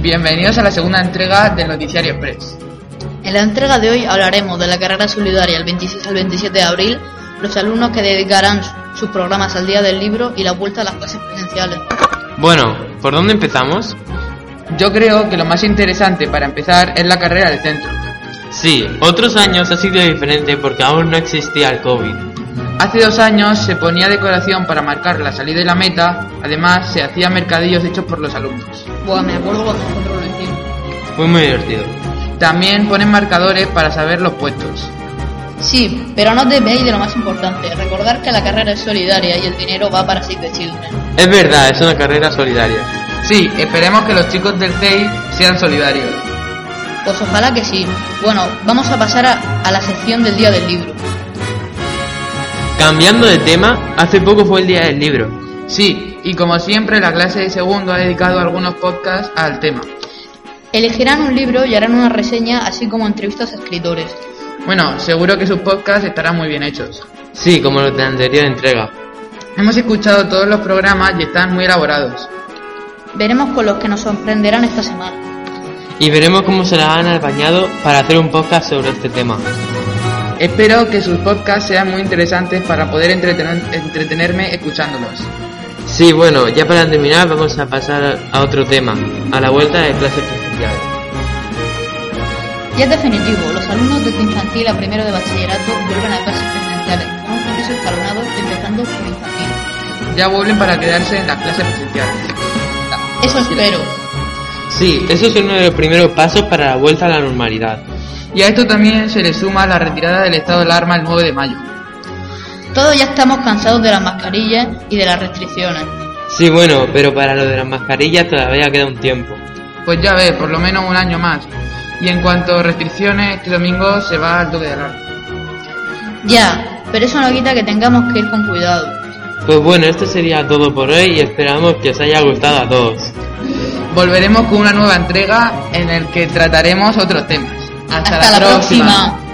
Bienvenidos a la segunda entrega del Noticiario Express. En la entrega de hoy hablaremos de la carrera solidaria el 26 al 27 de abril, los alumnos que dedicarán su- sus programas al Día del Libro y la vuelta a las clases presenciales. Bueno, ¿por dónde empezamos? Yo creo que lo más interesante para empezar es la carrera del centro. Sí, otros años ha sido diferente porque aún no existía el COVID. Hace dos años se ponía decoración para marcar la salida y la meta, además se hacían mercadillos hechos por los alumnos. Buah, me acuerdo cuando nosotros lo hicimos. Fue muy divertido. También ponen marcadores para saber los puestos. Sí, pero no os desviéis de lo más importante, recordar que la carrera es solidaria y el dinero va para Save the Children. Es verdad, es una carrera solidaria. Sí, esperemos que los chicos del CEI sean solidarios. Pues ojalá que sí. Bueno, vamos a pasar a, a la sección del Día del Libro. Cambiando de tema, hace poco fue el día del libro. Sí, y como siempre la clase de segundo ha dedicado algunos podcasts al tema. Elegirán un libro y harán una reseña, así como entrevistas a escritores. Bueno, seguro que sus podcasts estarán muy bien hechos. Sí, como los de la anterior entrega. Hemos escuchado todos los programas y están muy elaborados. Veremos con los que nos sorprenderán esta semana. Y veremos cómo se la han al bañado para hacer un podcast sobre este tema. Espero que sus podcasts sean muy interesantes para poder entretener- entretenerme escuchándolos. Sí, bueno, ya para terminar vamos a pasar a otro tema, a la vuelta de clases presenciales. Y es definitivo, los alumnos desde infantil a primero de bachillerato vuelven a clases presenciales, con un proceso escalonado empezando por infantil. Ya vuelven para quedarse en las clases presenciales. Eso espero. Sí, eso es uno de los primeros pasos para la vuelta a la normalidad. Y a esto también se le suma la retirada del estado de alarma el 9 de mayo. Todos ya estamos cansados de las mascarillas y de las restricciones. Sí, bueno, pero para lo de las mascarillas todavía queda un tiempo. Pues ya ve, por lo menos un año más. Y en cuanto a restricciones, este domingo se va al toque de alarma. Ya, pero eso no quita que tengamos que ir con cuidado. Pues bueno, esto sería todo por hoy y esperamos que os haya gustado a todos. Volveremos con una nueva entrega en el que trataremos otros temas. Hasta, la próxima.